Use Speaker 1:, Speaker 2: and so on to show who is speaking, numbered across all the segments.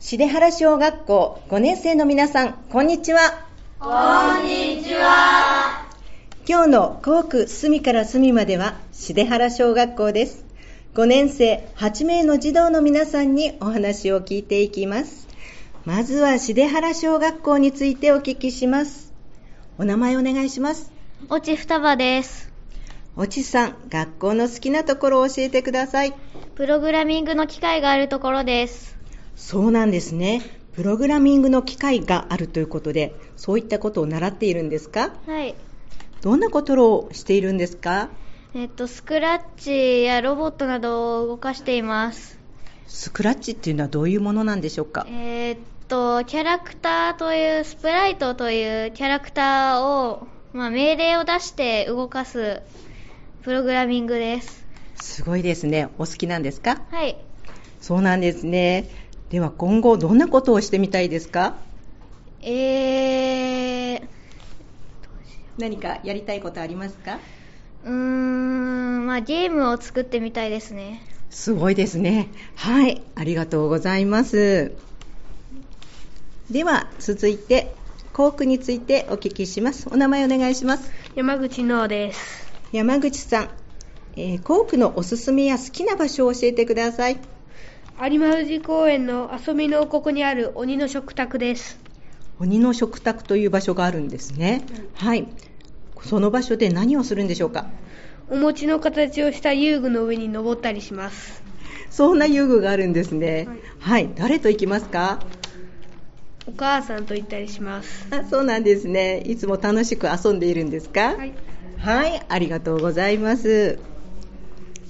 Speaker 1: 重原小学校5年生の皆さん、こんにちは。
Speaker 2: こんにちは。
Speaker 1: 今日の校区隅から隅までは、重原小学校です。5年生8名の児童の皆さんにお話を聞いていきます。まずは重原小学校についてお聞きします。お名前お願いします。
Speaker 3: おちふたばです。
Speaker 1: おちさん、学校の好きなところを教えてください。
Speaker 3: プログラミングの機会があるところです。
Speaker 1: そうなんですね。プログラミングの機会があるということで、そういったことを習っているんですか
Speaker 3: はい。
Speaker 1: どんなことをしているんですか
Speaker 3: えっと、スクラッチやロボットなどを動かしています。
Speaker 1: スクラッチっていうのはどういうものなんでしょうか
Speaker 3: えー、っと、キャラクターという、スプライトというキャラクターを、まあ、命令を出して動かすプログラミングです。
Speaker 1: すごいですね。お好きなんですか
Speaker 3: はい。
Speaker 1: そうなんですね。では今後どんなことをしてみたいですか
Speaker 3: えー、
Speaker 1: 何かやりたいことありますか
Speaker 3: うーん、まあ、ゲームを作ってみたいですね。
Speaker 1: すごいですね。はい、ありがとうございます。では続いて、校区についてお聞きします。お名前お願いします。
Speaker 4: 山口のです。
Speaker 1: 山口さん、えー、校区のおすすめや好きな場所を教えてください。
Speaker 4: 有馬富士公園の遊びの王国にある鬼の食卓です。
Speaker 1: 鬼の食卓という場所があるんですね。はい。その場所で何をするんでしょうか
Speaker 4: お餅の形をした遊具の上に登ったりします。
Speaker 1: そんな遊具があるんですね。はい、はい、誰と行きますか
Speaker 4: お母さんと行ったりします。
Speaker 1: あ、そうなんですね。いつも楽しく遊んでいるんですかはい。はい、ありがとうございます。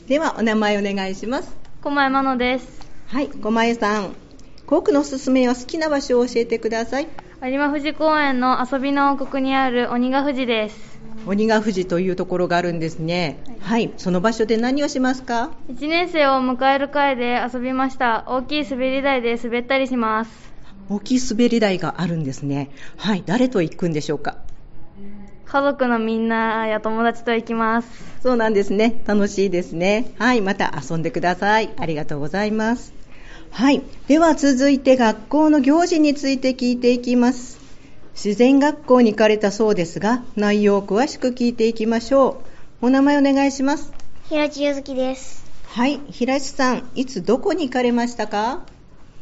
Speaker 1: では、お名前お願いします。
Speaker 5: 駒山野です。
Speaker 1: はい、駒江さん。航空のおすすめは好きな場所を教えてください。
Speaker 5: 有馬富士公園の遊びの王国にある鬼ヶ富士です。
Speaker 1: 鬼ヶ富士というところがあるんですね。はい、はい、その場所で何をしますか
Speaker 5: ?1 年生を迎える会で遊びました。大きい滑り台で滑ったりします。
Speaker 1: 大きい滑り台があるんですね。はい、誰と行くんでしょうか
Speaker 5: 家族のみんなや友達と行きます。
Speaker 1: そうなんですね。楽しいですね。はい、また遊んでください。ありがとうございます。はい、では続いて学校の行事について聞いていきます。自然学校に行かれたそうですが、内容を詳しく聞いていきましょう。お名前お願いします。
Speaker 6: 平地ゆずきです。
Speaker 1: はい、平地さん、いつどこに行かれましたか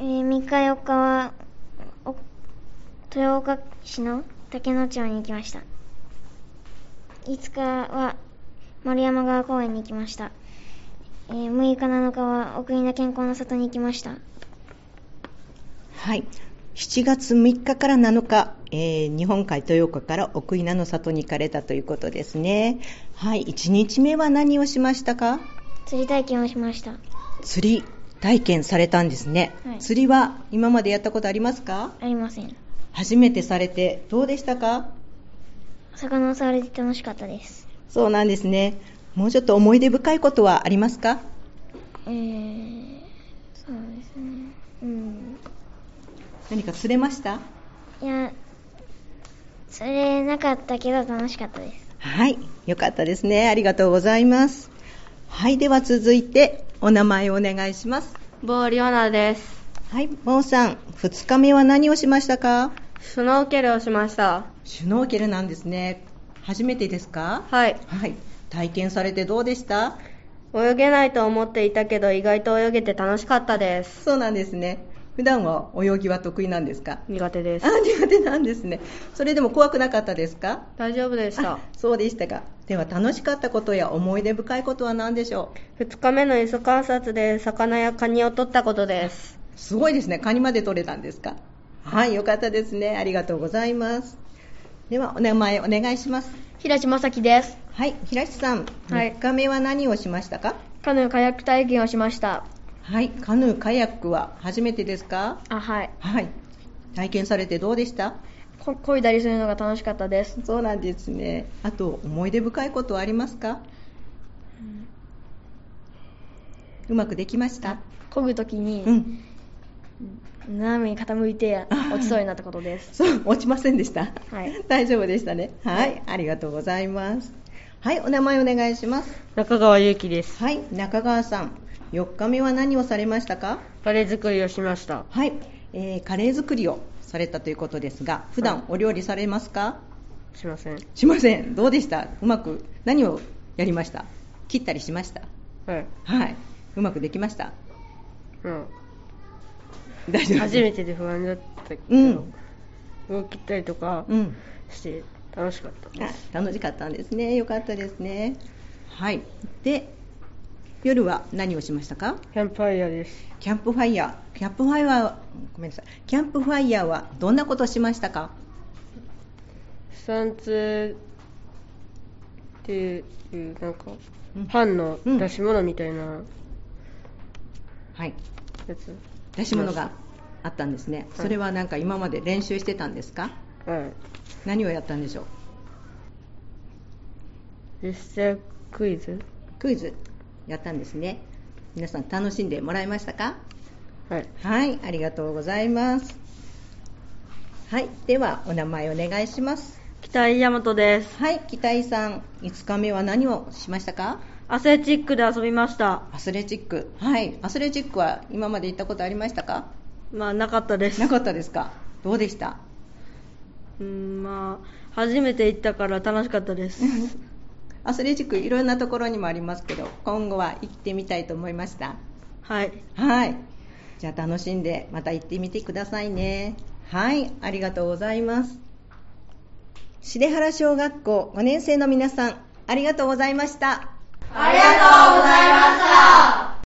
Speaker 6: えー、3日4日は、豊岡市の竹野町に行きました。5日は、丸山川公園に行きました。えー、6日7日は、奥稲健康の里に行きました。
Speaker 1: はい。7月3日から7日、えー、日本海豊岡から奥稲の里に行かれたということですね。はい、1日目は何をしましたか
Speaker 6: 釣り体験をしました。
Speaker 1: 釣り体験されたんですね、はい、釣りは今までやったことありますか
Speaker 6: ありません。
Speaker 1: 初めてされてどうでしたか
Speaker 6: 魚を触れて楽しかったです。
Speaker 1: そうなんですね。もうちょっと思い出深いことはありますか
Speaker 6: えー、そうですね。うん。
Speaker 1: 何か釣れました
Speaker 6: いや釣れなかったけど楽しかったです
Speaker 1: はいよかったですねありがとうございますはいでは続いてお名前をお願いします
Speaker 7: ボーリオナです
Speaker 1: はいボーさん2日目は何をしましたか
Speaker 7: シュノーケルをしました
Speaker 1: シュノーケルなんですね初めてですか
Speaker 7: はい、
Speaker 1: はい、体験されてどうでした
Speaker 7: 泳げないと思っていたけど意外と泳げて楽しかったです
Speaker 1: そうなんですね普段は泳ぎは得意なんですか
Speaker 7: 苦手です
Speaker 1: あ苦手なんですねそれでも怖くなかったですか
Speaker 7: 大丈夫でした
Speaker 1: そうでしたかでは楽しかったことや思い出深いことは何でしょ
Speaker 7: う2日目の磯観察で魚やカニを取ったことです
Speaker 1: すごいですねカニまで取れたんですかはいよかったですねありがとうございますではお名前お願いします
Speaker 8: 平地正樹です
Speaker 1: はい平地さん3日目は何をしましたか、はい、
Speaker 8: カヌーカヤック体験をしました
Speaker 1: はい、カヌー、カヤックは初めてですか
Speaker 8: あ、はい。
Speaker 1: はい。体験されてどうでした
Speaker 8: こ漕いだりするのが楽しかったです。
Speaker 1: そうなんですね。あと、思い出深いことはありますか、うん、うまくできました
Speaker 8: 漕ぐときに、うん、斜めに傾いて落ちそうになったことです。
Speaker 1: そう、落ちませんでした。
Speaker 8: はい。
Speaker 1: 大丈夫でしたね、はい。はい、ありがとうございます。はい、お名前お願いします。
Speaker 9: 中川祐希です。
Speaker 1: はい、中川さん。4日目は何をされましたか
Speaker 9: タレ作りをしました
Speaker 1: はいえーカレー作りをされたということですが普段お料理されますか
Speaker 7: しません。
Speaker 1: しませんどうでしたうまく何をやりました切ったりしました
Speaker 7: はい。
Speaker 1: はいうまくできました
Speaker 7: うん。
Speaker 1: 大丈夫
Speaker 7: 初めてで不安だったけど、
Speaker 1: うん
Speaker 7: 動きたりとか
Speaker 1: うん
Speaker 7: して楽しかったで
Speaker 1: あ
Speaker 7: す。
Speaker 1: 楽しかったんですねよかったですねはいで夜は何をしましたか
Speaker 7: キャンプファイヤーです。
Speaker 1: キャンプファイヤーキャンプファイヤーはごめんなさいキャンプファイヤーはどんなことしましたか
Speaker 7: スタンツっていう、なんか
Speaker 1: うん、
Speaker 7: パンの
Speaker 1: うん
Speaker 7: 出し物みたいな
Speaker 1: はい
Speaker 7: やつ。
Speaker 1: 出し物があったんですねそれはなんか今まで練習してたんですか
Speaker 7: はい。
Speaker 1: 何をやったんでしょう
Speaker 7: 実写クイズ
Speaker 1: クイズやったんですね皆さん楽しんでもらえましたか
Speaker 7: はい。
Speaker 1: はいありがとうございますはいではお名前お願いします
Speaker 7: 北井大和です。
Speaker 1: はい北井さん5日目は何をしましたか
Speaker 7: アスレチックで遊びました。
Speaker 1: アスレチックはいアスレチックは今まで行ったことありましたか
Speaker 7: まあ、なかったで
Speaker 1: なかったですかどうでした
Speaker 7: うん、まあ、初めて行ったから楽しかったです。
Speaker 1: アスレチックいろんなところにもありますけど今後は行ってみたいと思いました
Speaker 7: はい。
Speaker 1: はいじゃあ楽しんでまた行ってみてくださいねはいありがとうございます重原小学校5年生の皆さんありがとうございました
Speaker 2: ありがとうございました。